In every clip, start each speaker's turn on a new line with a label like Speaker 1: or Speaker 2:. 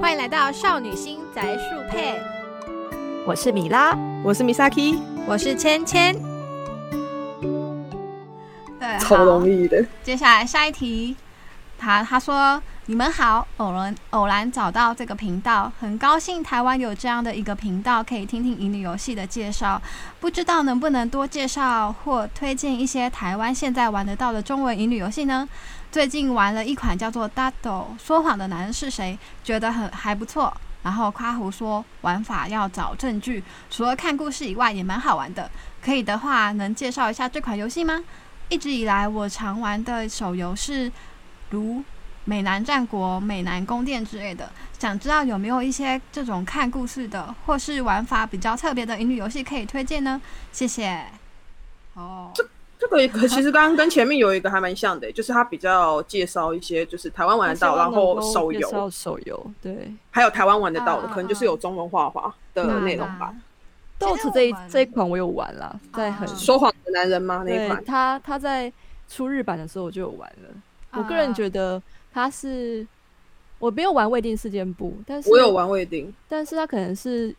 Speaker 1: 欢迎来到少女心宅树配，
Speaker 2: 我是米拉，
Speaker 3: 我是 Misaki，
Speaker 1: 我是芊芊。对，
Speaker 3: 超容易的。
Speaker 1: 接下来下一题，他他说：“你们好，偶然偶然找到这个频道，很高兴台湾有这样的一个频道，可以听听乙女游戏的介绍。不知道能不能多介绍或推荐一些台湾现在玩得到的中文乙女游戏呢？最近玩了一款叫做《d a d o 说谎的男人是谁》，觉得很还不错。”然后夸胡说玩法要找证据，除了看故事以外也蛮好玩的。可以的话，能介绍一下这款游戏吗？一直以来我常玩的手游是如美南战国、美南宫殿之类的。想知道有没有一些这种看故事的，或是玩法比较特别的乙女游戏可以推荐呢？谢谢。哦，
Speaker 3: 这个
Speaker 2: 啊
Speaker 3: 其实刚刚跟前面有一个还蛮像的、就是它比较介绍一些就是台湾玩得到，然后手
Speaker 2: 介绍
Speaker 3: 游，
Speaker 2: 手游，对，
Speaker 3: 还有台湾玩得到的，
Speaker 1: 啊
Speaker 3: 可能就是有中文画画的
Speaker 1: 那
Speaker 3: 内容
Speaker 2: 嗯
Speaker 3: 吧。。
Speaker 1: 其实
Speaker 2: 豆子这一
Speaker 1: 我们
Speaker 2: 这一款我有玩啦，在很、
Speaker 1: 啊
Speaker 3: 说谎的男人吗？那一
Speaker 2: 对
Speaker 3: 款
Speaker 2: 他他在出日版的时候我就有玩了。我个人
Speaker 1: 得
Speaker 2: 觉得他是我没有玩未定事件簿，但是
Speaker 3: 我有玩未定，
Speaker 2: 但是它可能是，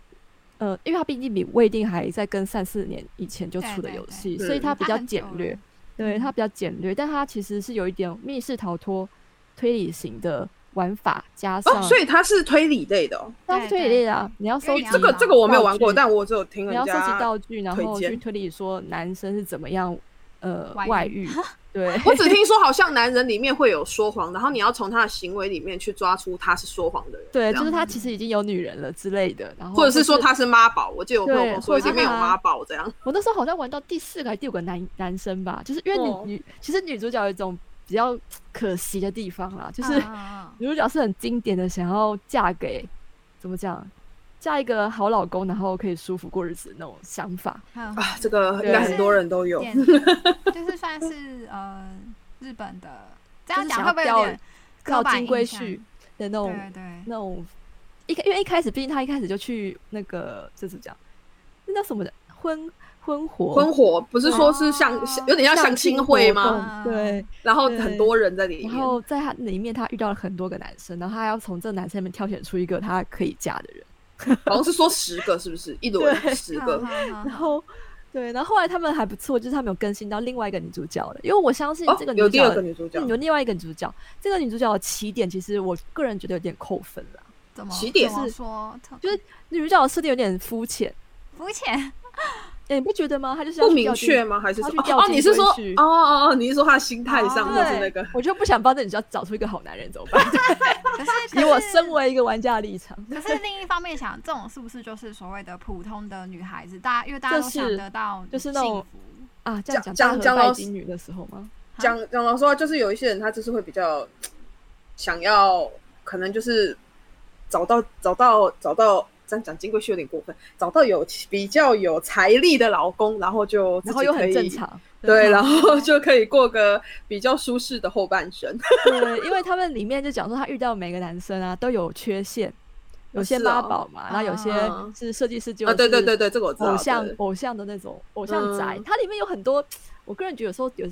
Speaker 2: 呃，因为它毕竟比未定还在跟三四年以前就
Speaker 1: 对
Speaker 2: 出的
Speaker 1: 对
Speaker 2: 游
Speaker 1: 对
Speaker 2: 戏，
Speaker 3: 嗯
Speaker 2: 所以它比较
Speaker 1: 很
Speaker 2: 简
Speaker 1: 久
Speaker 2: 略
Speaker 1: 了，嗯
Speaker 2: 对它比较简略，但它其实是有一点密室逃脱、推理型的玩法，加上
Speaker 3: 哦，所以它是推理类的、哦。
Speaker 2: 它
Speaker 1: 对
Speaker 2: 是推
Speaker 1: 对
Speaker 2: 理类的啊，你要
Speaker 1: 因
Speaker 2: 收
Speaker 1: 为
Speaker 2: 集
Speaker 1: 你要
Speaker 3: 这个
Speaker 1: 道
Speaker 3: 这个我没有玩过，
Speaker 2: 道具
Speaker 3: 但我只有听
Speaker 2: 你
Speaker 3: 人
Speaker 2: 要收集
Speaker 3: 家，
Speaker 2: 道具，然
Speaker 3: 推
Speaker 2: 后去
Speaker 3: 荐
Speaker 2: 推理说男生是怎么样呃
Speaker 1: 外遇
Speaker 2: 外遇，对
Speaker 3: 我只听说好像男人里面会有说谎，然后你要从他的行为里面去抓出他是说谎的人，
Speaker 2: 对，
Speaker 3: 这
Speaker 2: 就
Speaker 3: 样
Speaker 2: 是他其实已经有女人了之类的，然后
Speaker 3: 或者是
Speaker 2: 哦就
Speaker 3: 说他是妈宝，我记得我朋友
Speaker 2: 对
Speaker 3: 跟我说
Speaker 2: 或者
Speaker 3: 里
Speaker 2: 是
Speaker 3: 面有
Speaker 2: 他
Speaker 3: 妈宝 这样，
Speaker 2: 我那时候好像玩到第四个还是第五个男男生吧，就是因为女、
Speaker 3: 哦
Speaker 2: 女，其实女主角有一种比较可惜的地方啦，就是
Speaker 1: 嗯嗯
Speaker 2: 女主角是很经典的想要嫁给怎么讲，嫁一个好老公，然后可以舒服过日子的那种想法。
Speaker 1: 嗯
Speaker 3: 啊，这个应该很多人都 有。
Speaker 1: 点就是算是呃日本的，这样
Speaker 2: 就是
Speaker 1: 讲
Speaker 2: 想
Speaker 1: 会不会
Speaker 2: 要
Speaker 1: 有点刻
Speaker 2: 靠
Speaker 1: 板
Speaker 2: 金龟
Speaker 1: 印象？
Speaker 2: 婿哦的那种
Speaker 1: 对对，
Speaker 2: 那种一开，因为一开始毕竟他一开始就去那个这怎么讲，那叫什么的婚婚活
Speaker 3: 婚火不是说是像
Speaker 1: 哦
Speaker 3: 有点像相亲会
Speaker 2: 活
Speaker 3: 吗？
Speaker 2: 动对。
Speaker 3: 然后很多人在里
Speaker 2: 然
Speaker 3: 面，
Speaker 2: 后在他里面，他遇到了很多个男生，然后他要从这个男生里面挑选出一个他可以嫁的人。
Speaker 3: 好像是说十个是不是？一轮
Speaker 2: 对
Speaker 3: 十个，
Speaker 1: 然
Speaker 2: 然后，对，然后后来他们还不错，就是他们有更新到另外一个女主角了，因为我相信
Speaker 3: 哦
Speaker 2: 这个，女
Speaker 3: 有
Speaker 2: 主
Speaker 3: 第
Speaker 2: 角
Speaker 3: 二个女主角
Speaker 2: 嗯，有另外一个女主角，这个女主角的起点其实我个人觉得有点扣分了，
Speaker 1: 怎么
Speaker 3: 起点
Speaker 1: 怎么
Speaker 2: 是
Speaker 1: 说？特
Speaker 2: 就是女主角的设定有点肤浅，
Speaker 1: 肤浅，
Speaker 2: 哎，你不觉得吗？她就是要
Speaker 3: 不
Speaker 2: 去
Speaker 3: 明
Speaker 2: 钓金
Speaker 3: 确，吗？还是
Speaker 2: 他
Speaker 3: 说
Speaker 2: 去
Speaker 3: 哦
Speaker 2: 钓
Speaker 3: 哦，
Speaker 2: 金
Speaker 3: 你是说
Speaker 2: 龟婿
Speaker 3: 哦哦哦，你是说他心态上
Speaker 1: 哦
Speaker 3: 或是那个？
Speaker 2: 我就不想帮着你，只要找出一个好男人怎么 办？
Speaker 1: 可是可
Speaker 2: 以我
Speaker 1: 是
Speaker 2: 身为一个玩家的立场，
Speaker 1: 可是另一方面想，这种是不是就是所谓的普通的女孩子？大家因为大家
Speaker 2: 这
Speaker 1: 都想
Speaker 2: 是
Speaker 1: 得到
Speaker 2: 就是那
Speaker 1: 幸
Speaker 2: 种
Speaker 1: 福
Speaker 2: 啊，这样讲
Speaker 3: 讲
Speaker 2: 大
Speaker 3: 讲
Speaker 2: 和
Speaker 3: 到
Speaker 2: 拜
Speaker 3: 是
Speaker 2: 金女的时候吗？
Speaker 3: 讲讲老实话，就是有一些人他就是会比较想要，可能就是找到找到找到，这样讲金龟婿有点过分，找到有比较有财力的老公，然后就自己
Speaker 2: 然后又
Speaker 3: 可
Speaker 2: 很
Speaker 3: 以
Speaker 2: 正常，
Speaker 3: 对，然后就可以过个比较舒适的后 半生。
Speaker 2: 对，因为他们里面就讲说，他遇到每个男生啊都有缺陷，有些
Speaker 3: 是哦
Speaker 2: 妈宝嘛，然后有些
Speaker 3: 嗯
Speaker 2: 是设计师就
Speaker 3: 啊，对对
Speaker 2: 是
Speaker 3: 对对，这个我知道。
Speaker 2: 偶像
Speaker 3: 对
Speaker 2: 偶像的那种偶像宅，
Speaker 3: 嗯
Speaker 2: 它里面有很多，我个人觉得有时候有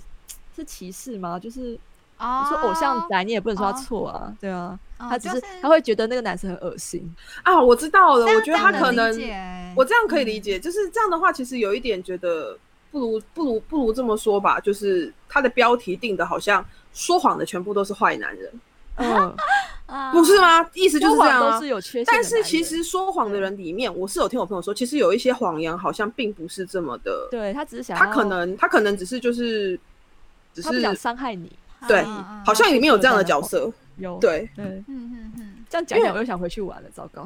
Speaker 2: 是歧视吗？就是
Speaker 1: 哦
Speaker 2: 你，说偶
Speaker 3: 啊
Speaker 2: 像宅，你也不能说他
Speaker 1: 哦
Speaker 2: 错啊，对啊，
Speaker 1: 嗯，
Speaker 2: 他只
Speaker 1: 就是
Speaker 2: 他会觉得那个男生很恶 心，
Speaker 3: 啊，我知道了。
Speaker 1: 这样
Speaker 3: 我觉得他可
Speaker 1: 这样
Speaker 3: 能
Speaker 1: 理，解
Speaker 3: 我这样可以理
Speaker 2: 嗯
Speaker 3: 解，就是这样的话，其实有一点觉得不如不如不如这么说吧，就是他的标题定的好像说谎的全部都是坏男人，
Speaker 2: 嗯，
Speaker 1: 嗯
Speaker 3: 不是吗？意思就是
Speaker 2: 说
Speaker 3: 这
Speaker 2: 谎
Speaker 3: 样
Speaker 2: 都
Speaker 3: 啊
Speaker 2: 是。有缺陷的男
Speaker 3: 但
Speaker 2: 人，
Speaker 3: 是其实说谎的人里面，我是有听我朋友说，其实有一些谎言好像并不是这么的，
Speaker 2: 对他只是想
Speaker 3: 他
Speaker 2: 要
Speaker 3: 可能他可能只是就是只
Speaker 2: 他不想
Speaker 3: 是
Speaker 2: 伤害你，
Speaker 3: 对
Speaker 1: 嗯嗯，
Speaker 3: 好像里面有这样的角
Speaker 2: 想
Speaker 3: 色，
Speaker 2: 有
Speaker 3: 对。
Speaker 2: 对，
Speaker 1: 嗯嗯嗯，
Speaker 2: 这样讲一讲我又想回去玩了，糟糕，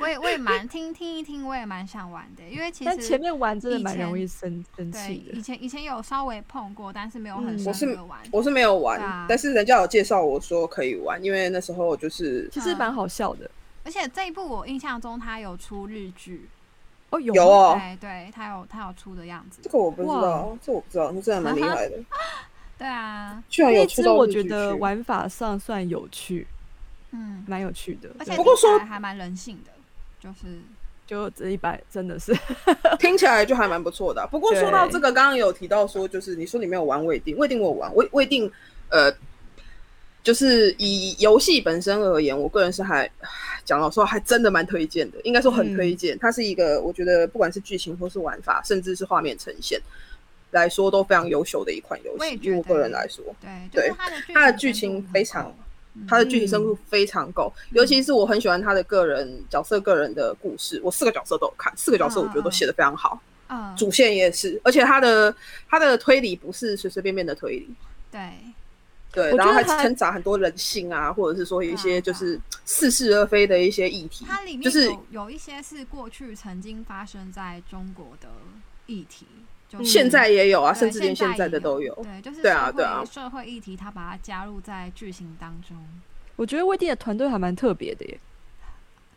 Speaker 1: 我也我也蛮听听一听，我也蛮想玩的，因为其实
Speaker 2: 但前面玩真的
Speaker 1: 以
Speaker 2: 蛮
Speaker 1: 前
Speaker 2: 容易生生
Speaker 1: 对，
Speaker 2: 气
Speaker 1: 以
Speaker 2: 的，
Speaker 1: 前以前有稍微碰过，但是没有
Speaker 2: 嗯
Speaker 1: 很
Speaker 2: 我
Speaker 3: 是
Speaker 1: 深的玩。
Speaker 3: 我是没有玩，
Speaker 1: 对啊
Speaker 3: 但是人家有介绍我说可以玩，因为那时候就是
Speaker 2: 其实蛮好笑的，
Speaker 1: 而且这一部我印象中它有出日剧，
Speaker 2: 哦有
Speaker 3: 有
Speaker 2: 吗
Speaker 3: 哦，
Speaker 1: 对对，它有它有出的样子
Speaker 3: 这。个我不知道
Speaker 2: 哇，
Speaker 3: 这我不知道，那真的蛮厉害的，
Speaker 1: 对啊，
Speaker 3: 居然
Speaker 2: 那
Speaker 3: 有
Speaker 2: 一
Speaker 3: 出
Speaker 2: 支
Speaker 3: 到
Speaker 2: 我
Speaker 3: 日
Speaker 2: 觉
Speaker 3: 剧
Speaker 2: 得
Speaker 3: 去
Speaker 2: 玩法上算有趣，
Speaker 1: 嗯，
Speaker 2: 蛮有趣的，
Speaker 1: 而且
Speaker 2: 对
Speaker 3: 不过
Speaker 1: 听起来
Speaker 3: 说
Speaker 1: 还蛮人性的，就是
Speaker 2: 就这一版真的是
Speaker 3: 听起来就还蛮不错的啊、不过说到
Speaker 2: 对
Speaker 3: 这个，刚刚有提到说，就是你说你没有玩未定，未定我有玩未未定，呃，就是以游戏本身而言，我个人是还讲老实话，还真的蛮推荐的，应该说很推荐。它是一个我觉得不管是剧情或是玩法，甚至是画面呈现来说都非常优秀的一款游
Speaker 1: 我也
Speaker 3: 戏。
Speaker 1: 觉
Speaker 3: 以我
Speaker 1: 得
Speaker 3: 个人来说，
Speaker 1: 对，就
Speaker 3: 对
Speaker 1: 是它的
Speaker 3: 它的剧
Speaker 1: 深度
Speaker 3: 情
Speaker 1: 很
Speaker 3: 非
Speaker 1: 高
Speaker 3: 常它的剧情深度非常够，尤其是我很喜欢他的个人角色、个人的故事。我四个角色都有看，四个角色我觉得都写得非常好，
Speaker 1: 嗯，
Speaker 3: 主线也是，而且他的他的推理不是随随便便的推理，
Speaker 1: 对，
Speaker 3: 对，
Speaker 2: 我
Speaker 3: 然后
Speaker 2: 觉
Speaker 3: 还
Speaker 2: 得它
Speaker 3: 掺杂很多人性啊，或者是说一些就
Speaker 1: 对啊对
Speaker 3: 是似是而非的一些议题
Speaker 1: 它里，面
Speaker 3: 就是
Speaker 1: 有嗯有一些是过去曾经发生在中国的议题，就是
Speaker 3: 现在也有啊，
Speaker 1: 对
Speaker 3: 甚至连现
Speaker 1: 现
Speaker 3: 在的
Speaker 1: 也
Speaker 3: 都
Speaker 1: 有
Speaker 3: 有。，
Speaker 1: 对，就是
Speaker 3: 对啊
Speaker 1: 社会
Speaker 3: 对啊
Speaker 1: 社会议题，它把它加入在剧情当中。
Speaker 2: 我觉得魏定的团队还蛮特别的耶。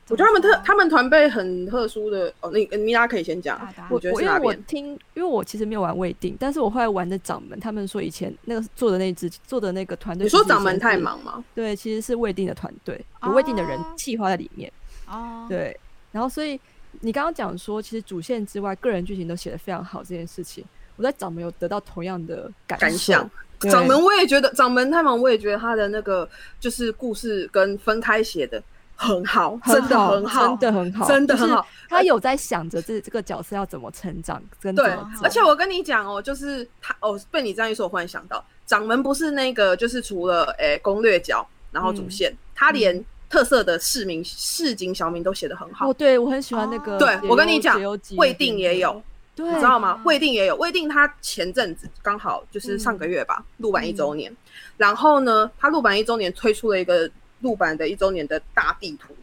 Speaker 3: 我觉得他们
Speaker 1: 怎么
Speaker 3: 特
Speaker 1: 说
Speaker 3: 他们团备很特殊的哦，那个米拉可以先讲
Speaker 1: 好的啊，
Speaker 3: 我
Speaker 2: 我
Speaker 3: 觉得
Speaker 2: 我因
Speaker 3: 是哪
Speaker 2: 为我
Speaker 3: 边？
Speaker 2: 听，因为我其实没有玩未定，但是我后来玩的掌门，他们说以前那个做的那一支做的那个团队，
Speaker 3: 你说掌门太
Speaker 2: 忙，
Speaker 3: 忙吗？
Speaker 2: 对，其实是未定的团队，有未定的人
Speaker 1: 哦
Speaker 2: 计划在里面，
Speaker 1: 哦，
Speaker 2: 对，然后所以你刚刚讲说，其实主线之外，个人剧情都写得非常好这件事情，我在掌门有得到同样的感
Speaker 3: 感
Speaker 2: 受
Speaker 3: 想，
Speaker 2: 对
Speaker 3: 掌门我也觉得，掌门太忙，我也觉得他的那个就是故事跟分开写的很好，
Speaker 2: 很
Speaker 3: 真的
Speaker 2: 好
Speaker 3: 很好，
Speaker 2: 真的很好，
Speaker 3: 真的很好。
Speaker 2: 他有在想着这这个角色要怎么成长，跟怎
Speaker 3: 对
Speaker 2: 么做，
Speaker 3: 而且我跟你讲哦，就是他哦，被你这样一说，我忽然想到，掌门不是那个，就是除了诶、攻略角，然后主线，
Speaker 2: 嗯
Speaker 3: 他连特色的市民、市井小民都写的很好
Speaker 2: 哦，。对我很喜欢那个
Speaker 1: 哦
Speaker 2: 解
Speaker 3: 对
Speaker 2: 忧。
Speaker 3: 我跟你讲
Speaker 2: 解忧集
Speaker 3: 未
Speaker 2: 那边
Speaker 3: 定也
Speaker 2: 的
Speaker 3: 有，，
Speaker 2: 对
Speaker 3: 你知道吗
Speaker 1: 啊？
Speaker 3: 未定也有，未定他前阵子刚好就是上个月吧，录版一周年。然后呢，他录版一周年推出了一个录版的一周年的大地图，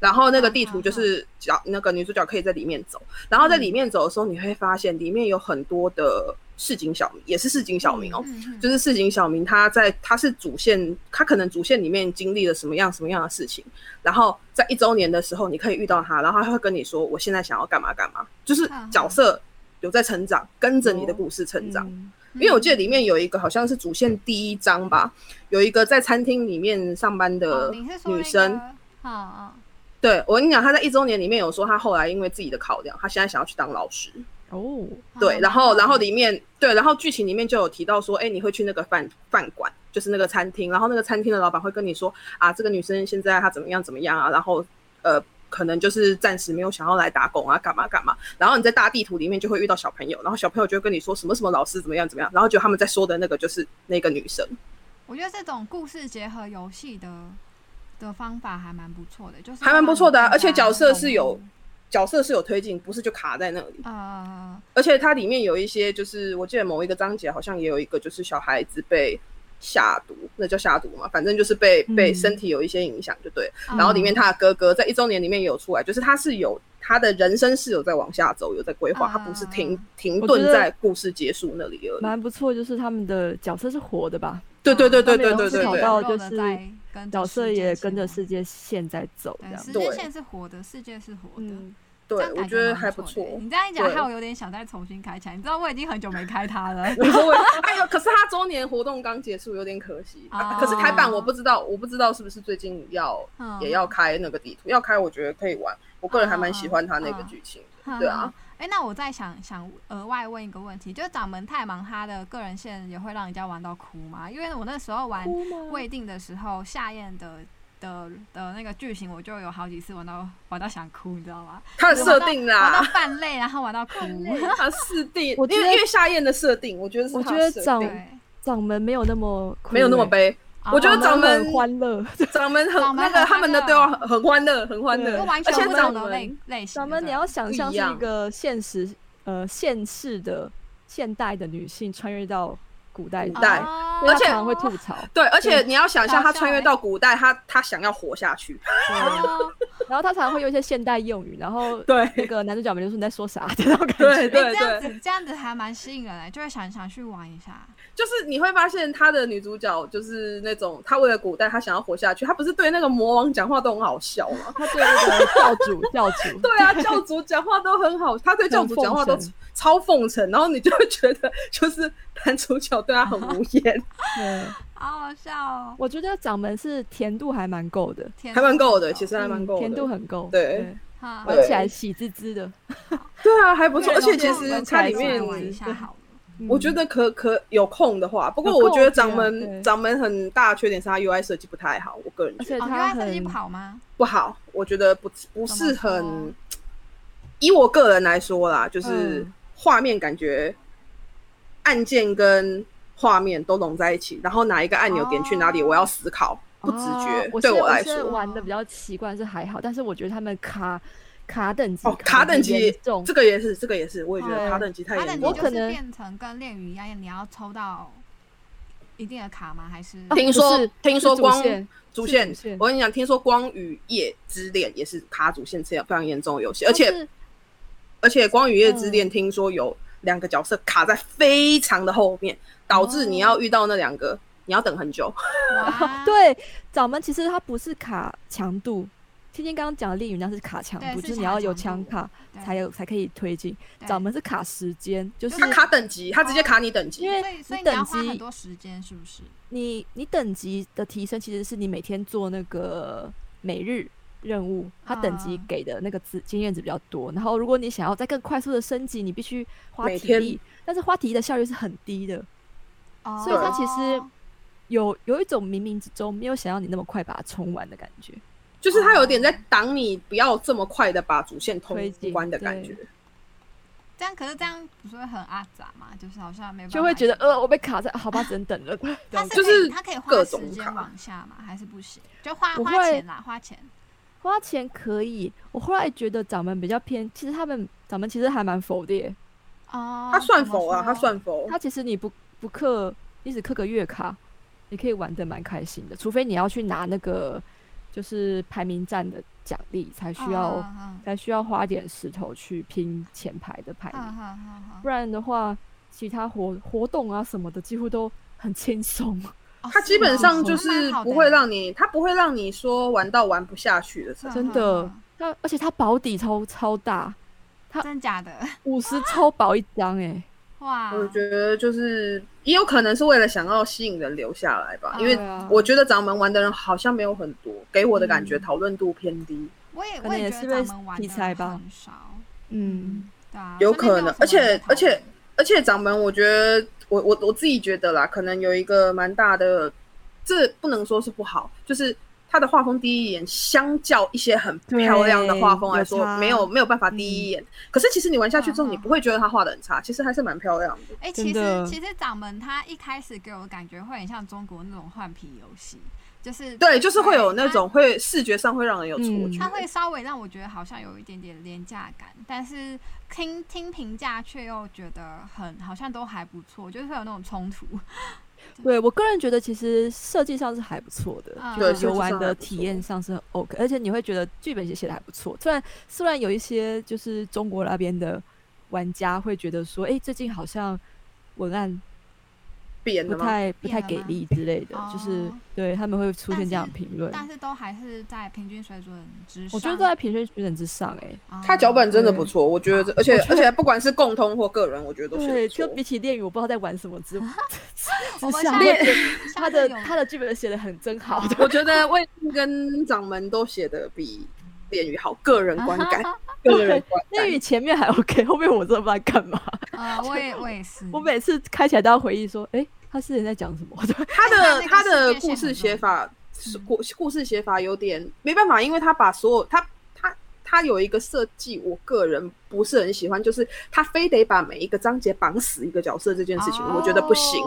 Speaker 3: 然后那个地图就是角那个女主角可以在里面走，然后在里面走的时候，你会发现里面有很多的市井小民，也是市井小民哦，
Speaker 1: 嗯哼
Speaker 3: 就是市井小民他在他是主线，他可能主线里面经历了什么样什么样的事情，然后在一周年的时候你可以遇到他，然后他会跟你说我现在想要干嘛干嘛，就是
Speaker 1: 嗯
Speaker 3: 角色有在成长，跟着你的故事成长。
Speaker 2: 嗯
Speaker 3: 因为我记得里面有一个好像是主线第一章吧，有一个在餐厅里面上班
Speaker 1: 哦
Speaker 3: 的
Speaker 1: 你是说
Speaker 3: 女
Speaker 1: 那
Speaker 3: 生，
Speaker 1: 个，哦哦，
Speaker 3: 对我跟你讲，她在一周年里面有说她后来因为自己的考量，她现在想要去当老师。
Speaker 2: 哦，
Speaker 3: 对，然后然后
Speaker 1: 你
Speaker 3: 里面对，然后剧情里面就有提到说，哎，你会去那个饭饭馆，就是那个餐厅，然后那个餐厅的老板会跟你说啊，这个女生现在她怎么样怎么样啊，然后呃，可能就是暂时没有想要来打工啊，干嘛干嘛，然后你在大地图里面就会遇到小朋友，然后小朋友就会跟你说什么什么老师怎么样怎么样，然后就他们在说的那个就是那个女生，
Speaker 1: 我觉得这种故事结合游戏的的方法还蛮不错的，就是
Speaker 3: 还蛮不错的啊
Speaker 1: 让你
Speaker 3: 而且
Speaker 1: 更加
Speaker 3: 角色是
Speaker 1: 融
Speaker 3: 有
Speaker 1: 入
Speaker 3: 角色是有推进，不是就卡在那里。
Speaker 1: 呃
Speaker 3: 而且它里面有一些，就是我记得某一个章节好像也有一个，就是小孩子被下毒，那叫下毒嘛，反正就是被
Speaker 2: 嗯
Speaker 3: 被身体有一些影响，就对了。
Speaker 1: 嗯
Speaker 3: 然后里面他的哥哥在一周年里面也有出来，就是他是有他的人生是有在往下走，有在规划，
Speaker 1: 嗯
Speaker 3: 他不是停停
Speaker 2: 我
Speaker 3: 顿
Speaker 2: 觉得
Speaker 3: 在故事结束那里而已。
Speaker 2: 蛮不错，就是他们的角色是活的吧，
Speaker 3: 对对对对对
Speaker 2: 他们
Speaker 3: 对
Speaker 2: 有
Speaker 3: 对
Speaker 2: 思考
Speaker 3: 对，
Speaker 2: 到
Speaker 1: 肉
Speaker 2: 就
Speaker 1: 的哦
Speaker 2: 是
Speaker 1: 在跟着
Speaker 2: 角色
Speaker 1: 世界
Speaker 2: 也
Speaker 1: 线
Speaker 2: 跟着
Speaker 1: 嘛
Speaker 2: 世界线在走这
Speaker 1: 对，
Speaker 2: 样
Speaker 1: 时。
Speaker 3: 对
Speaker 1: 间线是活的，世界是活的。
Speaker 2: 嗯，
Speaker 1: 这
Speaker 3: 对
Speaker 1: 样
Speaker 3: 我
Speaker 1: 感
Speaker 3: 觉得
Speaker 1: 蛮
Speaker 3: 还不
Speaker 1: 错的
Speaker 3: 错。
Speaker 1: 你这样一讲，
Speaker 3: 对
Speaker 1: 害我有点想再重新开起来。你知道我已经很久没开它了。
Speaker 3: 你 说我，哎呦，可是他周年活动刚结束，有点可惜。啊可是台版
Speaker 1: 哦
Speaker 3: 我不知道，我不知道是不是最近要
Speaker 1: 嗯
Speaker 3: 也要开那个地图，要开我觉得可以玩。我个人还蛮喜欢他那个剧情的， 对啊，。
Speaker 1: 哎、那我再想想额外问一个问题，就是掌门太忙，他的个人线也会让人家玩到哭吗？因为我那时候玩
Speaker 2: 哭
Speaker 3: 啊
Speaker 2: 吗
Speaker 1: 未定的时候，夏宴的的的那个剧情，我就有好几次玩到玩到想哭，你知道吗？
Speaker 3: 他的啊设
Speaker 1: 玩
Speaker 3: 定啦，
Speaker 1: 到 半累，然后玩到哭。
Speaker 3: 他设定，
Speaker 2: 我觉
Speaker 3: 因
Speaker 2: 得
Speaker 3: 为因为夏宴的设定，我觉得是
Speaker 2: 我
Speaker 3: 他
Speaker 2: 觉
Speaker 3: 的
Speaker 2: 得
Speaker 3: 设
Speaker 2: 掌
Speaker 3: 定
Speaker 1: 对，
Speaker 2: 掌门没有那么哭
Speaker 3: 没有那么
Speaker 2: 欸，
Speaker 3: 悲，我觉得
Speaker 1: 哦
Speaker 3: 掌门
Speaker 2: 很欢 乐，
Speaker 3: 掌门很
Speaker 1: 掌门
Speaker 3: 那
Speaker 1: 很
Speaker 3: 个他们的对话
Speaker 1: 欢乐
Speaker 3: 很很欢乐，
Speaker 1: 就
Speaker 3: 很欢乐，
Speaker 1: 完
Speaker 3: 而
Speaker 1: 全
Speaker 3: 且
Speaker 1: 不
Speaker 3: 掌
Speaker 1: 同的类
Speaker 3: 门
Speaker 1: 类型。
Speaker 2: 掌门你要想象
Speaker 3: 啊不一
Speaker 2: 是一
Speaker 3: 样
Speaker 2: 个现实呃现世的现代的女性穿越到古代去，
Speaker 3: 古代
Speaker 1: 哦
Speaker 2: 所以她
Speaker 3: 而且
Speaker 2: 常常会吐槽，
Speaker 3: 对，而且你要想一下，
Speaker 1: 搞
Speaker 3: 他
Speaker 1: 笑
Speaker 3: 穿越
Speaker 1: 欸
Speaker 3: 到古代，他他想要活下去，
Speaker 1: 哦
Speaker 2: 然后她常常会用一些现代用语，然后
Speaker 3: 对
Speaker 2: 那个男主角们就说你在说啥的那种感觉，
Speaker 3: 对
Speaker 1: 哎
Speaker 3: 对
Speaker 1: 这
Speaker 3: 对
Speaker 1: 样。子这样子还蛮吸引人的，就会想想去玩一下。
Speaker 3: 就是你会发现他的女主角就是那种，她为了古代，她想要活下去，她不是对那个魔王讲话都很好笑 吗？
Speaker 2: 他对那个教主 教主，
Speaker 3: 对啊，教主讲话都很好，他对教主讲话都
Speaker 2: 很奉
Speaker 3: 超奉承，然后你就会觉得就是男主角对他很无言，
Speaker 2: 对，
Speaker 1: 好好笑哦，
Speaker 2: 我觉得掌门是甜度还蛮够的，
Speaker 1: 天
Speaker 3: 还蛮够的，
Speaker 1: 哪
Speaker 3: 其实还蛮
Speaker 2: 嗯
Speaker 3: 够的，
Speaker 2: 甜度很够，
Speaker 3: 对
Speaker 1: 哈
Speaker 3: 对
Speaker 2: 玩起来喜滋滋的，
Speaker 3: 对啊，还不错，
Speaker 1: 对
Speaker 3: 而且
Speaker 1: 那
Speaker 3: 其
Speaker 1: 我
Speaker 3: 实
Speaker 1: 们
Speaker 3: 它
Speaker 1: 下
Speaker 3: 里
Speaker 1: 一次
Speaker 3: 面
Speaker 1: 来玩一下好了。
Speaker 3: 我觉
Speaker 2: 得
Speaker 3: 得可可有空的话，不
Speaker 2: 嗯
Speaker 3: 过
Speaker 2: 有空
Speaker 3: 我觉得
Speaker 2: 我觉得
Speaker 3: 掌门
Speaker 2: 对
Speaker 3: 掌门很大的缺点是他 UI 设计不太好，我个人
Speaker 2: 而
Speaker 3: 觉得
Speaker 2: 且
Speaker 1: 哦，原
Speaker 2: 它
Speaker 1: 来
Speaker 2: 很
Speaker 1: 设计不好吗？
Speaker 3: 不好，我觉得不不
Speaker 1: 怎
Speaker 3: 是
Speaker 1: 么
Speaker 3: 很
Speaker 1: 说，
Speaker 3: 以我个人来说啦，就是
Speaker 2: 嗯
Speaker 3: 画面感觉按键跟画面都拢在一起，然后哪一个按钮点去哪里，
Speaker 1: 哦
Speaker 3: 我要思考，不直觉
Speaker 2: 哦，我
Speaker 3: 对
Speaker 2: 现在
Speaker 3: 我来
Speaker 2: 现在
Speaker 3: 说。
Speaker 2: 玩的比较奇怪是还好，但是我觉得他们卡卡等级
Speaker 3: 哦，卡
Speaker 2: 得
Speaker 3: 等
Speaker 2: 很
Speaker 3: 级
Speaker 2: 严重
Speaker 3: 这个也是，这个也是，我也觉得
Speaker 2: 对
Speaker 3: 卡等级太
Speaker 1: 它的
Speaker 3: 严
Speaker 1: 你
Speaker 3: 重
Speaker 2: 我
Speaker 1: 就
Speaker 3: 了。
Speaker 2: 可
Speaker 1: 是
Speaker 2: 能
Speaker 1: 变成跟恋与一样，你要抽到一定的卡吗？还是
Speaker 2: 啊
Speaker 3: 听
Speaker 2: 不
Speaker 3: 说
Speaker 2: 是
Speaker 3: 听
Speaker 2: 是
Speaker 3: 说
Speaker 2: 主
Speaker 3: 光
Speaker 2: 线
Speaker 3: 主
Speaker 2: 是
Speaker 3: 线
Speaker 2: 主，线
Speaker 3: 我跟你讲，听说《光与夜之恋》也是卡主线这样非常严重的游戏，而且
Speaker 2: 但是
Speaker 3: 而且《光与夜之
Speaker 2: 嗯
Speaker 3: 恋》听说有两个角色卡在非常的后面，导致你要遇到那两
Speaker 2: 哦
Speaker 3: 个，你要等很久。
Speaker 1: 哇
Speaker 2: 对掌门其实它不是卡强度，天天刚刚讲的练语量是卡强
Speaker 1: 对
Speaker 2: 度，
Speaker 1: 是
Speaker 2: 就是你
Speaker 1: 卡
Speaker 2: 要有
Speaker 1: 强
Speaker 2: 强
Speaker 1: 度
Speaker 2: 卡
Speaker 1: 对
Speaker 2: 才有才可以推进。
Speaker 1: 对
Speaker 2: 掌门是卡时间，就是哦
Speaker 3: 他卡等级，他直接卡你等级
Speaker 2: 因。为
Speaker 1: 所以所以
Speaker 2: 你
Speaker 1: 你要
Speaker 2: 等
Speaker 1: 花很
Speaker 2: 级
Speaker 1: 多时间，是不是？
Speaker 2: 你你等级的提升其实是你每天做那个每日任务，它等级
Speaker 1: 啊
Speaker 2: 给的那个资经验值比较多。然后如果你想要再更快速的升级，你必须花
Speaker 3: 每
Speaker 2: 体
Speaker 3: 天
Speaker 2: 力，但是花体力的效率是很低的。
Speaker 1: 哦，
Speaker 2: 所以它其实有有一种冥冥之中没有想要你那么快把它冲完的感觉。
Speaker 3: 就是他有点在挡你，不要这么快的把主线通
Speaker 2: 推进
Speaker 3: 关的感觉。
Speaker 1: 这样，可是这样不是会很阿杂嘛？就是好像没办法，
Speaker 2: 就会觉得呃，我被卡在，好吧，只能等 了。
Speaker 1: 它是
Speaker 3: 就
Speaker 1: 可以
Speaker 3: 是
Speaker 1: 它可以花
Speaker 3: 各种
Speaker 1: 时间
Speaker 3: 卡
Speaker 1: 往下嘛，还是不行？就花
Speaker 2: 不
Speaker 1: 花
Speaker 2: 会
Speaker 1: 钱啦，花钱。
Speaker 2: 花钱可以，我后来觉得掌门比较偏，其实他们掌门其实还蛮佛的耶。
Speaker 1: 哦，
Speaker 3: 他算
Speaker 1: 怎么
Speaker 3: 否啊？
Speaker 1: 说
Speaker 3: 他算否？
Speaker 2: 他其实你不不氪，你只氪个月卡，你可以玩的蛮开心的，除非你要去拿那个就是排名战的奖励，才需要、
Speaker 1: 嗯
Speaker 2: 才需要花点石头去拼前排的排
Speaker 1: 嗯
Speaker 2: 名，
Speaker 1: 嗯嗯嗯
Speaker 2: 不然的话，其他活活动啊什么的几乎都很轻松。
Speaker 1: 嗯，
Speaker 3: 他基本上就是不会
Speaker 1: 你
Speaker 3: 让你，他不会让你说玩到玩不下去的
Speaker 1: 嗯
Speaker 3: 程度。
Speaker 2: 真的那而且它保底超超大，它
Speaker 1: 真假的
Speaker 2: 五十超薄一张哎、
Speaker 1: 哇！
Speaker 3: 我觉得就是也有可能是为了想要吸引人留下来吧，
Speaker 1: 啊
Speaker 3: 因为
Speaker 2: 对啊
Speaker 3: 我觉得掌门玩的人好像没有很多，给我的感觉
Speaker 2: 嗯
Speaker 3: 讨论度偏低，
Speaker 1: 我也
Speaker 2: 可
Speaker 1: 我
Speaker 2: 能也
Speaker 1: 觉
Speaker 2: 是
Speaker 1: 得
Speaker 2: 被
Speaker 1: 咱们玩
Speaker 2: 题
Speaker 1: 的
Speaker 2: 材吧
Speaker 1: 很少，
Speaker 2: 嗯，
Speaker 1: 对啊，
Speaker 3: 有
Speaker 1: 身边
Speaker 3: 可
Speaker 1: 没什。
Speaker 3: 能
Speaker 1: 么
Speaker 3: 而且
Speaker 1: 人
Speaker 3: 而
Speaker 1: 讨
Speaker 3: 且
Speaker 1: 论
Speaker 3: 而且掌门，我觉得我我我自己觉得啦，可能有一个蛮大的，这不能说是不好，就是。他的画风第一眼，相较一些很漂亮的画风
Speaker 2: 对
Speaker 3: 来
Speaker 2: 有
Speaker 3: 说，
Speaker 2: 差嗯
Speaker 3: 没有没有办法第一眼。可是其实你玩下去之
Speaker 1: 嗯
Speaker 3: 后，
Speaker 1: 嗯
Speaker 3: 你不会觉得他画的很差，其实还是蛮漂亮的。
Speaker 1: 哎、
Speaker 2: 真
Speaker 1: 其实
Speaker 2: 的
Speaker 1: 其实掌门他一开始给我的感觉会很像中国那种换皮游戏，就是
Speaker 3: 对，就是会有那
Speaker 1: 它
Speaker 3: 种会视觉上会让人有错
Speaker 2: 嗯
Speaker 3: 觉。
Speaker 1: 它会稍微让我觉得好像有一点点廉价感，但是听听评价却又觉得很好像都还不错，就是会有那种冲突。
Speaker 2: 对我个人觉得，其实设计上是还不错的，
Speaker 1: 嗯
Speaker 2: 就
Speaker 1: 对
Speaker 2: 是游玩
Speaker 3: 设计上还
Speaker 2: 的
Speaker 3: 不错
Speaker 2: 体验上是很 OK，而且你会觉得剧本也写的还不错。虽然虽然有一些就是中国那边的玩家会觉得说，哎、最近好像文案
Speaker 3: 变
Speaker 2: 不
Speaker 3: 的吗？
Speaker 2: 太不太给力之类的，
Speaker 1: 哦
Speaker 2: 就是对他们会出现这样的评论。
Speaker 1: 但是都还是在平均水准之上。
Speaker 2: 我觉得都在评论水准之上、诶，
Speaker 1: 啊
Speaker 3: 他脚本真的不错，我觉得这，而且
Speaker 2: 我觉
Speaker 3: 而
Speaker 2: 得
Speaker 3: 且不管是共通或个人，我觉得
Speaker 2: 哎，
Speaker 3: 都写
Speaker 2: 对，
Speaker 3: 得不
Speaker 2: 就
Speaker 3: 错。
Speaker 2: 比起恋与，我不知道在玩什么之
Speaker 1: 啊我
Speaker 2: 之
Speaker 1: 们
Speaker 2: 下，
Speaker 1: 下次
Speaker 2: 他的他的剧本写的很真好
Speaker 1: 啊
Speaker 2: 的。
Speaker 3: 我觉得魏晋跟掌门都写的比恋与好，个人观
Speaker 1: 啊
Speaker 3: 感， 个人观
Speaker 2: 恋与
Speaker 3: 感。
Speaker 2: 前面还 OK，后面我真的不知道干嘛。
Speaker 1: 呃，我也我也是，
Speaker 2: 我每次开起来都要回忆说，哎、他之前在讲什么？ 对，
Speaker 3: 他的
Speaker 1: 那个
Speaker 3: 他的
Speaker 1: 世界线
Speaker 3: 故事
Speaker 1: 很
Speaker 3: 写法
Speaker 1: 嗯，
Speaker 3: 故故事写法有点没办法，因为他把所有他他他有一个设计，我个人不是很喜欢，就是他非得把每一个章节绑死一个角色这件事情，
Speaker 1: 哦
Speaker 3: 我觉得不行。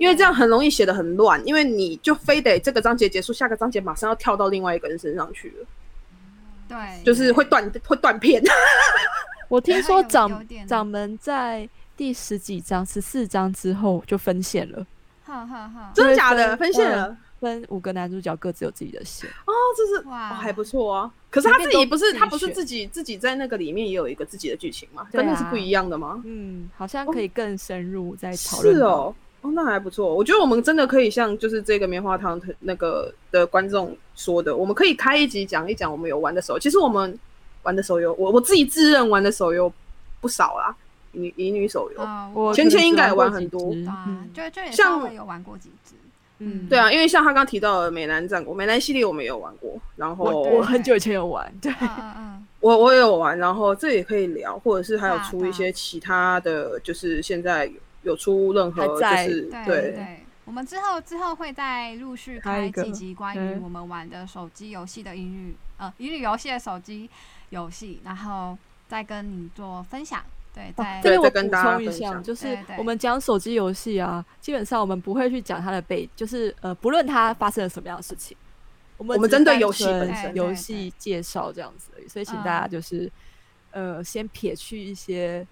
Speaker 3: 因为这样很容易写的很乱，因为你就非得这个章节结束，下个章节马上要跳到另外一个人身上去了，
Speaker 1: 对，
Speaker 3: 就是会断会断片。
Speaker 2: 我听说
Speaker 1: 有有
Speaker 2: 掌
Speaker 1: 点
Speaker 2: 掌门在第十几章、十四章之后就分线了，
Speaker 1: 哼哼哼，
Speaker 3: 真的假的？
Speaker 2: 对
Speaker 3: 分线
Speaker 1: 嗯
Speaker 3: 了、
Speaker 2: 分五个男主角各自有自己的线。
Speaker 3: 哦，这是
Speaker 1: 哇
Speaker 3: 哦还不错啊。可是他自己不是
Speaker 2: 随便都自己
Speaker 3: 他不是
Speaker 2: 选
Speaker 3: 自己自己在那个里面也有一个自己的剧情吗？
Speaker 2: 对啊
Speaker 3: 跟那是不一样的吗？
Speaker 2: 嗯，好像可以更深入再讨论。
Speaker 3: 是，哦。哦，那还不错。我觉得我们真的可以像就是这个棉花糖那个的观众说的，我们可以开一集讲一讲我们有玩的手游。其实我们玩的手游，我我自己自认玩的手游不少啦，乙乙女手游。
Speaker 1: 啊，
Speaker 2: 我
Speaker 3: 芊芊应该也玩很多
Speaker 1: 对啊，就就也稍
Speaker 3: 像
Speaker 1: 微有玩过几只，
Speaker 2: 嗯，
Speaker 3: 对啊，因为像他刚提到的美男战国，美男系列我们也有玩过，然后
Speaker 2: 我
Speaker 1: 对
Speaker 2: 我很久以前有玩，对，
Speaker 1: 嗯嗯嗯，
Speaker 3: 我我也有玩，然后这也可以聊，或者是还有
Speaker 1: 对啊
Speaker 3: 出一
Speaker 1: 对
Speaker 3: 些其他的，就是现在有有出任何就
Speaker 2: 还在
Speaker 3: 是
Speaker 1: 对
Speaker 3: 对
Speaker 1: 我们之后之后会再陆续
Speaker 2: 开
Speaker 1: 开
Speaker 2: 一个
Speaker 1: 几集关于
Speaker 2: 嗯
Speaker 1: 我们玩的手机游戏的英语呃英语游戏的手机游戏，然后再跟你做分享。对，再、
Speaker 2: 哎这
Speaker 3: 对
Speaker 2: 边我
Speaker 3: 再跟
Speaker 2: 补
Speaker 3: 大家
Speaker 2: 充一
Speaker 3: 分
Speaker 2: 下，
Speaker 3: 享
Speaker 2: 就是
Speaker 1: 对对
Speaker 2: 我们讲手机游戏啊，基本上我们不会去讲它的背，就是呃，不论它发生了什么样的事情，我们
Speaker 3: 我们
Speaker 2: 只
Speaker 3: 针对
Speaker 2: 单
Speaker 3: 游戏
Speaker 2: 纯
Speaker 3: 本身
Speaker 2: 游
Speaker 1: 对
Speaker 2: 戏介绍这样子而已，所以请大家
Speaker 1: 嗯
Speaker 2: 就是、呃，先撇去一些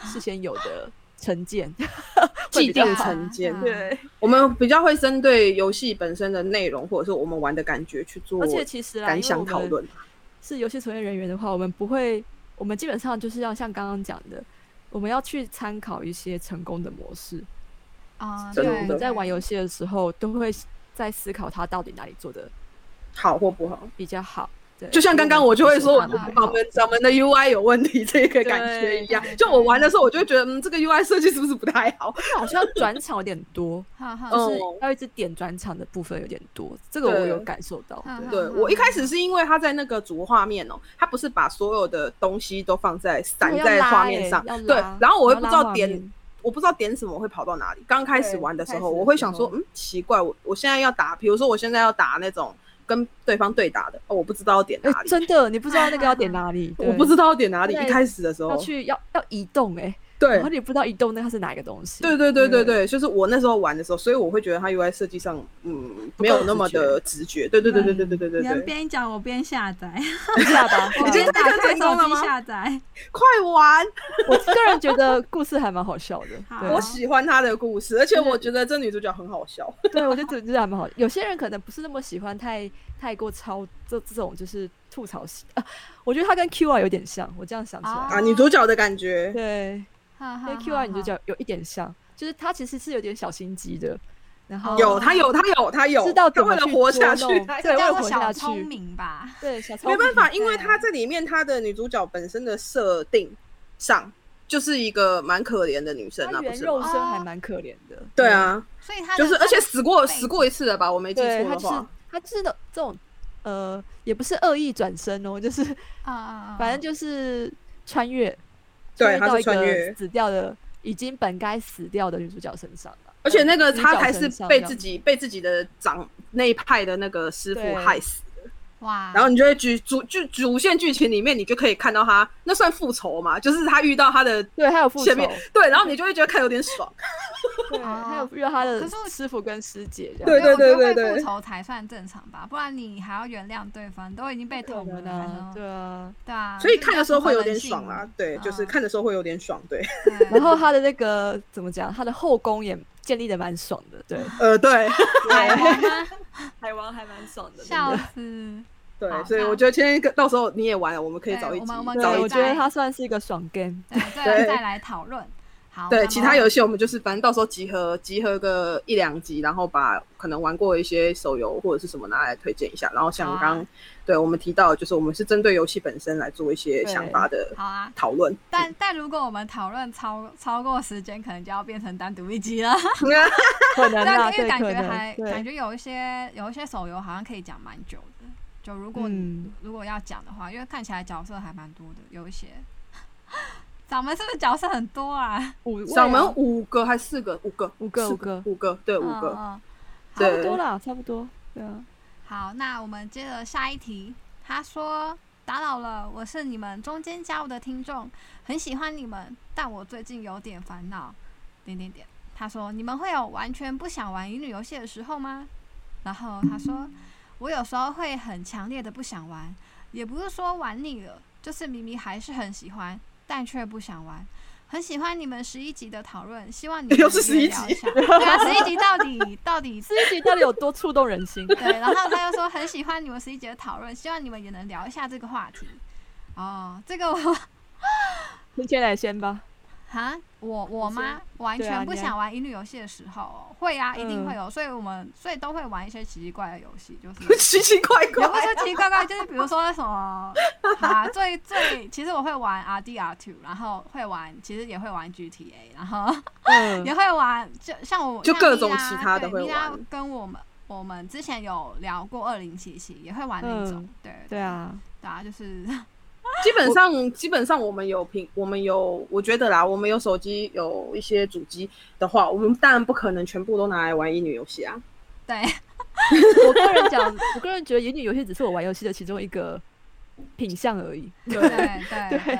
Speaker 2: 事先有的成见， 会
Speaker 3: 既
Speaker 2: 比较
Speaker 3: 定
Speaker 1: 好
Speaker 3: 成见
Speaker 1: 啊。
Speaker 2: 对，
Speaker 3: 我们比较会针对游戏本身的内容，或者是我们玩的感觉去做
Speaker 2: 而且其实啊，因为我
Speaker 3: 感想
Speaker 2: 们
Speaker 3: 讨论。
Speaker 2: 是游戏从业人员的话，我们不会，我们基本上就是要像刚刚讲的，我们要去参考一些成功的模式，
Speaker 1: 啊、
Speaker 2: 所以
Speaker 1: 对，
Speaker 2: 我们在玩游
Speaker 1: 戏，
Speaker 2: 戏的时候都会在思考它到底哪里做的
Speaker 3: 好或不好，
Speaker 2: 比较好。对
Speaker 3: 就像刚刚我就会说，我们
Speaker 1: 不
Speaker 3: 我们我们的 UI 有问题这个感觉一样
Speaker 1: 对。
Speaker 3: 就我玩的时候，我就会觉得，嗯，这个 UI 设计是不是不太好？
Speaker 2: 它好像转场有点 多，
Speaker 1: 哈哈，
Speaker 2: 就是
Speaker 3: 哦
Speaker 2: 要一直点转场的部分有点多，这个我有
Speaker 3: 对
Speaker 2: 感受到。
Speaker 1: 嗯
Speaker 2: 对
Speaker 3: 对我一开始是因为它在那个主画面哦，它不是把所有的东西都放在散
Speaker 2: 对要
Speaker 3: 在
Speaker 2: 拉
Speaker 3: 画
Speaker 2: 欸
Speaker 3: 面上
Speaker 2: 要，
Speaker 3: 对
Speaker 2: 拉，
Speaker 3: 然后我会
Speaker 2: 要
Speaker 3: 不知
Speaker 2: 拉
Speaker 3: 道
Speaker 2: 画
Speaker 3: 点
Speaker 2: 面，
Speaker 3: 我不知道点什么会跑到哪里。刚开始玩的时
Speaker 2: 对开
Speaker 3: 候，
Speaker 2: 始的
Speaker 3: 我会想说
Speaker 2: 时，候
Speaker 3: 嗯，奇怪，我我现在要打，比如说我现在要打那种跟对方对打的，哦，我不知道要点
Speaker 2: 哎、
Speaker 3: 哪里，
Speaker 2: 真的，你不知道那个要点哪 里，
Speaker 3: 我不知
Speaker 2: 道
Speaker 3: 道要点哪里。
Speaker 2: 对
Speaker 3: 一开始的时候
Speaker 2: 要，去要要移动哎、
Speaker 3: 对
Speaker 2: 然后，你不知道移动那它是哪一个东西。
Speaker 3: 对对对对
Speaker 2: 嗯
Speaker 3: 对，就是我那时候玩的时候，所以我会觉得它 UI 设计上，嗯，
Speaker 2: 不够
Speaker 3: 没有那么
Speaker 2: 直觉嗯
Speaker 3: 的直觉。对对对对对对对对
Speaker 1: 你们
Speaker 3: 对，
Speaker 1: 边讲我边下 载，
Speaker 2: 下 吧，
Speaker 1: 我
Speaker 2: 下
Speaker 1: 边
Speaker 2: 吧
Speaker 1: 打开
Speaker 3: 成功了
Speaker 1: 手机
Speaker 3: 吗
Speaker 1: 下载，
Speaker 3: 快玩！
Speaker 2: 我个人觉得故事还蛮好笑的，
Speaker 1: 好
Speaker 2: 对啊嗯
Speaker 3: 我喜欢她的故事，而且我觉得这女主角很好笑。
Speaker 2: 对，我觉得这这还蛮好。有些人可能不是那么喜欢太太过超这这种就是吐槽型啊，我觉得他跟 Q R 有点像，我这样想起来，
Speaker 1: 哦
Speaker 3: 啊，女主角的感觉，
Speaker 2: 对，
Speaker 1: 哈哈
Speaker 2: 跟 Q R 你
Speaker 1: 啊
Speaker 2: 就，讲有一点像，就是他其实是有点小心机的，然后
Speaker 3: 有她有她有她有，
Speaker 2: 啊知道
Speaker 3: 她
Speaker 2: 怎么
Speaker 3: 为了
Speaker 2: 去
Speaker 3: 活下去
Speaker 2: 捉，弄
Speaker 3: 她
Speaker 2: 对为
Speaker 1: 叫
Speaker 2: 了
Speaker 1: 做
Speaker 2: 活下
Speaker 1: 小
Speaker 2: 去
Speaker 1: 聪明吧，
Speaker 2: 对啊小超
Speaker 3: 没办法，因
Speaker 1: 对
Speaker 3: 为她在里面她的女主角本身的设定上就是一个蛮可怜的女生
Speaker 2: 他
Speaker 3: 啊，不
Speaker 2: 圆
Speaker 3: 是
Speaker 2: 肉
Speaker 3: 吗？
Speaker 2: 身还蛮可怜的，
Speaker 3: 对，啊，
Speaker 1: 所以他
Speaker 3: 就是而且
Speaker 1: 死。
Speaker 3: 死过
Speaker 1: 背景
Speaker 3: 死过一次了吧？我没记
Speaker 2: 对
Speaker 3: 错
Speaker 2: 他
Speaker 3: 的
Speaker 2: 就是
Speaker 3: 话，
Speaker 2: 他就是那这种呃，也不是恶意转身哦，就是
Speaker 1: 啊啊啊！
Speaker 2: 反正就是穿越，
Speaker 3: 对
Speaker 2: 到
Speaker 3: 她
Speaker 2: 一
Speaker 3: 是穿越
Speaker 2: 个死掉的，已经本该死掉的女主角身上了。
Speaker 3: 而且那个
Speaker 2: 女
Speaker 3: 她
Speaker 2: 角
Speaker 3: 才
Speaker 2: 身
Speaker 3: 是
Speaker 2: 上
Speaker 3: 被
Speaker 2: 这
Speaker 3: 自
Speaker 2: 样
Speaker 3: 己被自己的长那一派的那个师傅
Speaker 2: 对
Speaker 3: 害死的，
Speaker 1: 哇，
Speaker 3: 然后你就会剧主剧主线剧情里面，你就可以看到她那算复仇嘛，就是她遇到她的
Speaker 2: 对，还有复仇
Speaker 3: 前，面对，然后你就会觉得看有点爽，
Speaker 2: 对，
Speaker 1: 哦
Speaker 2: 还有遇到他的
Speaker 1: 可是我
Speaker 2: 师傅跟师姐这样。
Speaker 3: 对
Speaker 1: 我觉得
Speaker 3: 对对
Speaker 1: 会
Speaker 3: 对
Speaker 1: 复
Speaker 3: 对
Speaker 1: 仇才算正常吧，不然你还要原谅对方，都已经被捅了，还
Speaker 2: 啊
Speaker 1: 能，
Speaker 2: 对啊。
Speaker 1: 对啊，
Speaker 3: 所以
Speaker 1: 这
Speaker 3: 看的
Speaker 1: 叫
Speaker 3: 时候
Speaker 1: 符合
Speaker 3: 会有
Speaker 1: 人
Speaker 3: 点
Speaker 1: 性
Speaker 3: 爽啊啦，对，就是
Speaker 1: 嗯
Speaker 3: 看的时候会有点爽， 对，
Speaker 1: 对
Speaker 2: 然后他的那个怎么讲，他的后宫也建立的蛮爽的，对，
Speaker 3: 呃， 对
Speaker 2: 对，海王还蛮爽的，真
Speaker 1: 哎笑
Speaker 2: 的
Speaker 1: 死，好
Speaker 3: 对，所以
Speaker 1: 那
Speaker 3: 我觉得今天到时候你也玩了，我们可以
Speaker 1: 对
Speaker 3: 找一
Speaker 1: 我
Speaker 3: 集
Speaker 1: 们我们，可
Speaker 3: 找
Speaker 1: 以
Speaker 2: 对，
Speaker 3: 一
Speaker 2: 我
Speaker 3: 集
Speaker 2: 觉得他算是一个爽 game，
Speaker 1: 对，再
Speaker 3: 对
Speaker 1: 再来讨论。好，那
Speaker 3: 对
Speaker 1: 么
Speaker 3: 其他游戏，我们就是反正到时候集合集合个一两集，然后把可能玩过一些手游或者是什么拿来推荐一下。然后像
Speaker 1: 好啊
Speaker 3: 刚、对我们提到，就是我们是针对游戏本身来做一些想法的
Speaker 1: 好啊，
Speaker 3: 讨论。
Speaker 1: 但但如果我们讨论超超过时间，可能就要变成单独一集了。
Speaker 3: 啊
Speaker 2: 可能
Speaker 1: 对
Speaker 2: 啊，
Speaker 1: 啊，因
Speaker 2: 对
Speaker 1: 为，感
Speaker 2: 可
Speaker 1: 觉
Speaker 2: 能，
Speaker 1: 还感
Speaker 2: 对，
Speaker 1: 觉有一些有一些手游好像可以讲蛮久的。就如果、
Speaker 2: 嗯
Speaker 1: 如果要讲的话，因为看起来角色还蛮多的，有一些。 掌门是不是角色很多啊？
Speaker 2: 五位啊
Speaker 3: 掌门五个还是四个？五个，
Speaker 2: 五个
Speaker 3: 四
Speaker 2: 五个
Speaker 3: 五个，对，五
Speaker 1: 嗯
Speaker 3: 个。
Speaker 1: 嗯
Speaker 2: 差
Speaker 3: 对
Speaker 2: 不多啦，差不多，对啊，
Speaker 1: 好，那我们接着下一题。他说：“打扰了，我是你们中间加入的听众，很喜欢你们，但我最近有点烦恼。”点点点。他说：“你们会有完全不想玩乙女游戏的时候吗？”然后他说：“我有时候会很强烈的不想玩，也不是说玩腻了，就是明明还是很喜欢，但却不想玩。”很喜欢你们十一集的讨论，希望你们
Speaker 3: 又是11
Speaker 1: 也聊一下对啊，十一集到底到 底
Speaker 2: 这一集到底有多触动人心？
Speaker 1: 对，然后他又说很喜欢你们十一节的讨论，希望你们也能聊一下这个话题。哦，这个我
Speaker 2: 先来先吧，
Speaker 1: 啊，我我妈完
Speaker 2: 对啊
Speaker 1: 全不
Speaker 2: 你还
Speaker 1: 想玩乙女游戏的时候哦，会啊，一定
Speaker 2: 嗯
Speaker 1: 会有，所以我们所以都会玩一些奇奇怪怪的游戏，就是
Speaker 3: 奇奇怪
Speaker 1: 也不
Speaker 3: 怪啊
Speaker 1: 是，说奇奇怪怪，就是比如说什么啊，最最其实我会玩 R D R Two，然后会玩，其实也会玩 G T A，然后。
Speaker 2: 嗯
Speaker 1: 也，会玩，就像我
Speaker 3: 就
Speaker 1: 像
Speaker 3: 各种
Speaker 1: 米拉
Speaker 3: 其他的
Speaker 1: 对
Speaker 3: 会
Speaker 1: 米拉
Speaker 3: 玩
Speaker 1: 跟我们我们之前有聊过二零七七，也会玩那种，
Speaker 2: 嗯
Speaker 1: 对
Speaker 2: 对，啊，
Speaker 1: 对啊，就是
Speaker 3: 基本上，基本上我们有屏，我们有，我觉得啦，我们有手机，有一些主机的话，我们当然不可能全部都拿来玩乙女游戏啊。
Speaker 1: 对，
Speaker 2: 我个人讲，我个人觉得乙女游戏只是我玩游戏的其中一个品相而已。
Speaker 1: 对啊对对对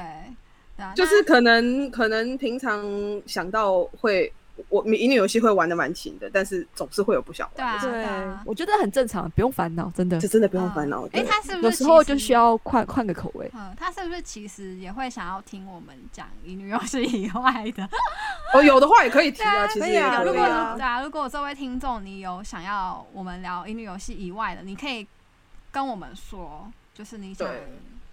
Speaker 1: 啊，
Speaker 3: 就是可能可能平常想到会，我乙女游戏会玩的蛮勤的，但是总是会有不想
Speaker 1: 那对啊
Speaker 3: 玩的。
Speaker 1: 对啊。
Speaker 2: 我觉得很正常，不用烦恼，真的
Speaker 3: 这。真的不用烦恼。
Speaker 1: 哎、
Speaker 3: 对
Speaker 1: 他是不是
Speaker 2: 有时候
Speaker 1: 其
Speaker 2: 就
Speaker 1: 实
Speaker 2: 需要换换个口味。
Speaker 1: 嗯，他是不是其实也会想要听我们讲乙女游戏以外的？
Speaker 3: 哦，有的话也可以提
Speaker 1: 对
Speaker 3: 啊，
Speaker 1: 啊
Speaker 3: 其实
Speaker 2: 可以
Speaker 3: 也
Speaker 2: 啊
Speaker 3: 可
Speaker 1: 如
Speaker 3: 以
Speaker 1: 果
Speaker 3: 啊
Speaker 1: 如对。啊，如果这位听众你有想要我们聊乙女游戏以外的，你可以跟我们说，就是你想
Speaker 3: 对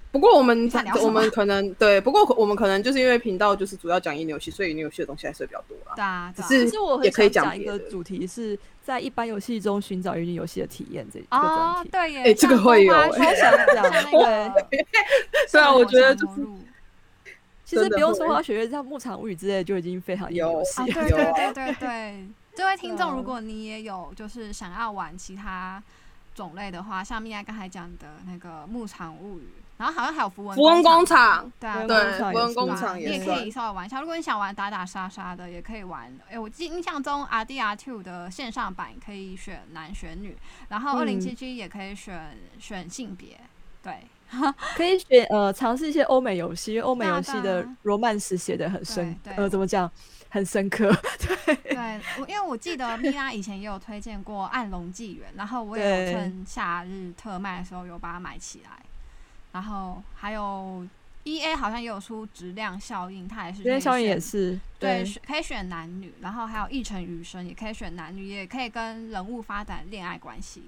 Speaker 3: 不过我们
Speaker 1: 想聊什么
Speaker 3: 我们可能对，不过我们可能就是因为频道就是主要讲乙女游戏，所以乙女游戏的东西还是会比较多啦。
Speaker 1: 对啊，对啊
Speaker 3: 只
Speaker 2: 其实我
Speaker 3: 也
Speaker 2: 很
Speaker 3: 可以
Speaker 2: 想
Speaker 3: 讲
Speaker 2: 讲一
Speaker 3: 别
Speaker 2: 个
Speaker 3: 的
Speaker 2: 主题，是在一般游戏中寻找乙女游戏的体验这这个专
Speaker 1: 哦，
Speaker 2: 题。
Speaker 1: 对耶，
Speaker 3: 哎这个
Speaker 1: 像
Speaker 3: 会
Speaker 1: 花
Speaker 3: 有
Speaker 1: 说
Speaker 3: 哎
Speaker 1: 像
Speaker 2: 这样
Speaker 1: 像 那个
Speaker 3: 虽然
Speaker 1: 像
Speaker 3: 啊我
Speaker 1: 火
Speaker 3: 觉得
Speaker 1: 山
Speaker 3: 就
Speaker 1: 牛
Speaker 3: 是
Speaker 1: 乳
Speaker 2: 其实
Speaker 3: 真的
Speaker 2: 不用
Speaker 3: 会
Speaker 2: 说花学院，像牧场物语之类的就已经非常乙女游
Speaker 3: 有
Speaker 2: 戏
Speaker 1: 啊，
Speaker 2: 了。
Speaker 1: 对对
Speaker 3: 有啊
Speaker 1: 对对对，这位听众，
Speaker 2: 对啊
Speaker 1: 如果你也有就是想要玩其他种类的话，像米娅刚才讲的那个牧场物语，然后好像还有符文
Speaker 3: 符文工
Speaker 1: 工厂，
Speaker 3: 厂，
Speaker 1: 对啊，
Speaker 2: 符
Speaker 1: 对
Speaker 2: 文
Speaker 1: 啊
Speaker 3: 对，符文工厂
Speaker 1: 你也可
Speaker 3: 算
Speaker 1: 以。稍微玩一下。如果你想玩打打杀杀的，也可以玩。哎、我记印象中 R D R Two 的线上版可以选男选女，然后二零七 G 也可以选、选性别。对，
Speaker 2: 可以选呃尝试一些欧美游戏，因为欧美
Speaker 1: 对啊
Speaker 2: 游
Speaker 1: 对
Speaker 2: 戏的
Speaker 1: 啊
Speaker 2: 罗曼史写的很深，
Speaker 1: 对
Speaker 2: 呃，怎么讲，很深 刻。
Speaker 1: 对，我因为我记 得米拉以前也有推荐过《暗龙纪元》，然后我也有
Speaker 2: 对
Speaker 1: 趁夏日特卖的时候有把它买起来。然后还有 E A 好像也有出《质量效应》，它也是
Speaker 2: 因为
Speaker 1: 可以
Speaker 2: 校园也
Speaker 1: 选
Speaker 2: 是
Speaker 1: 对，选可以选男女，然后还有《一城余生》也可以选男女，也可以跟人物发展恋爱关系。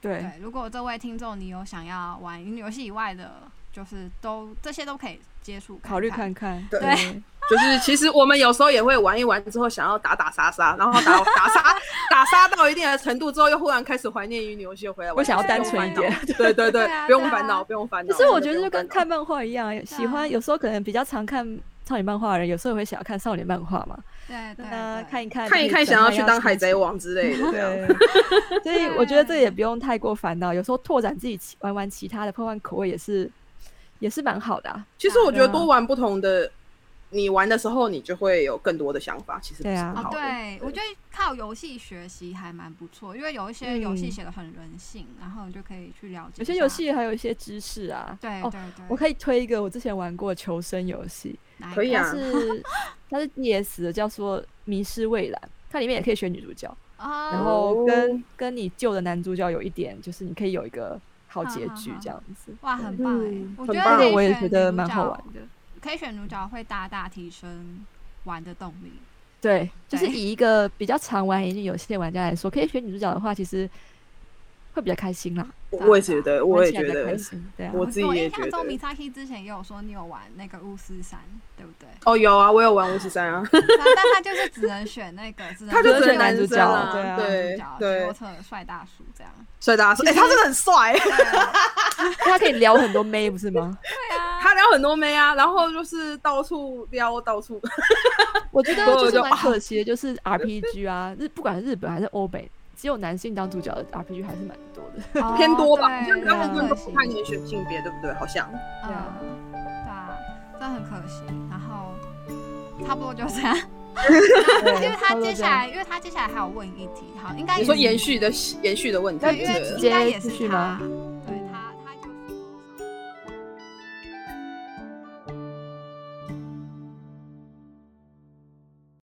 Speaker 2: 对
Speaker 1: 对，如果这位听众你有想要玩云游戏以外的，就是都这些都可以接触
Speaker 2: 考虑看
Speaker 1: 看。
Speaker 2: 看。
Speaker 3: 对
Speaker 2: 对，
Speaker 3: 就是其实我们有时候也会玩一玩之后，想要打打杀杀，然后 打打杀打杀到一定的程度之后，又忽然开始怀念乙女游戏，又回来玩。
Speaker 2: 我想要
Speaker 1: 对
Speaker 2: 单纯一
Speaker 1: 对
Speaker 2: 点。
Speaker 3: 对对
Speaker 1: 对
Speaker 3: 对
Speaker 1: 啊，
Speaker 3: 不用
Speaker 1: 对啊
Speaker 3: 烦恼，不用烦恼。
Speaker 2: 其实我觉
Speaker 3: 真
Speaker 2: 得
Speaker 3: 的不
Speaker 2: 就跟
Speaker 3: 用烦恼
Speaker 2: 看漫画一
Speaker 1: 啊
Speaker 2: 样，喜欢有时候可能比较常看少女漫画的人，有时候也会想要看少女漫画嘛。
Speaker 1: 对对
Speaker 2: 那
Speaker 1: 对，
Speaker 2: 看一看，
Speaker 3: 看一看，想要去当海贼
Speaker 2: 王。
Speaker 3: 王之类的这 样。
Speaker 2: 对，所以我觉得这也不用太过烦恼。有时候拓展自己其玩玩其他的，换换口味也是也是蛮好的、啊。
Speaker 3: 其实我觉得
Speaker 2: 对啊
Speaker 3: 多玩不同的，你玩的时候你就会有更多的想法，其实不是
Speaker 2: 对啊
Speaker 3: 不
Speaker 1: 哦，
Speaker 3: 好的。
Speaker 1: 对，我觉得靠游戏学习还蛮不错，因为有一些游戏
Speaker 2: 嗯
Speaker 1: 写的很人性，然后你就可以去了解一下。
Speaker 2: 有些游戏还有一些知识啊。
Speaker 1: 对对
Speaker 2: 哦，
Speaker 1: 对，
Speaker 2: 我可以推一个我之前玩过的求生游戏，
Speaker 1: 哪一
Speaker 3: 可以
Speaker 1: 个
Speaker 3: 啊
Speaker 2: 它是它是 DS 的，叫做《迷失蔚蓝》，它里面也可以选女主角，
Speaker 1: 哦，
Speaker 2: 然后跟跟你旧的男主角有一点，就是你可以有一个好结局
Speaker 1: 好好好
Speaker 2: 这样子。
Speaker 1: 哇，很棒哎
Speaker 3: 嗯！
Speaker 1: 我觉
Speaker 3: 很
Speaker 1: 得
Speaker 3: 棒
Speaker 1: 可以
Speaker 2: 我也
Speaker 1: 选
Speaker 2: 觉得
Speaker 1: 女
Speaker 2: 蛮好
Speaker 1: 角
Speaker 2: 玩的，
Speaker 1: 可以选女角会大大提升玩的动力。
Speaker 2: 对，就是
Speaker 1: 对
Speaker 2: 以一个比较常玩乙女游戏的玩家来说，可以选女主角的话，其实会比较开心啦，
Speaker 3: 我我也觉得，我
Speaker 2: 啊玩
Speaker 3: 也
Speaker 2: 起来
Speaker 3: 觉
Speaker 2: 比较
Speaker 3: 得
Speaker 2: 开，心。对啊，
Speaker 3: 我自己
Speaker 1: 我
Speaker 3: 也
Speaker 1: 印
Speaker 3: 觉
Speaker 1: 象
Speaker 3: 得
Speaker 1: 中。，Misaki 之前也有说你有玩那个巫师三，对不对？
Speaker 3: 哦，有啊，我有玩五十三啊，
Speaker 1: 但但他就是只能选那个，只能
Speaker 3: 他就只
Speaker 2: 只
Speaker 3: 能
Speaker 2: 能
Speaker 3: 男
Speaker 2: 男
Speaker 3: 主
Speaker 2: 主
Speaker 3: 角
Speaker 2: 角
Speaker 3: 啊，
Speaker 2: 对啊
Speaker 3: 对
Speaker 1: 对，
Speaker 3: 对
Speaker 1: 罗，特帅大叔这样。
Speaker 3: 所以大家说，哎，他真的很帅，
Speaker 2: 他可以聊很多妹，不是吗？
Speaker 1: 对啊，
Speaker 3: 他聊很多妹啊，然后就是到处撩，到处
Speaker 2: 我觉得
Speaker 3: 所以我
Speaker 2: 就是
Speaker 3: 就啊
Speaker 2: 蛮可惜的，就是 RPG 啊，日不管是日本还是欧美，只有男性当主角的 RPG 还是蛮多的。
Speaker 1: 哦
Speaker 3: 偏多吧，
Speaker 1: 对
Speaker 3: 像大部分都不看
Speaker 1: 很可惜
Speaker 3: 你选性别，对不对？好像
Speaker 1: 嗯
Speaker 2: 对啊
Speaker 1: 对啊，真的很可惜。然后差不多就这样，
Speaker 2: 对 啊
Speaker 1: 因为他接下
Speaker 2: 差不多这样
Speaker 1: 来，因为他接下来还有问一题，好，应该
Speaker 3: 你
Speaker 1: 也
Speaker 3: 说
Speaker 1: 是
Speaker 3: 延续的延续的问题，
Speaker 1: 对，因为
Speaker 3: 对
Speaker 1: 应该也
Speaker 2: 直接继
Speaker 1: 是
Speaker 2: 续
Speaker 1: 他
Speaker 2: 吗，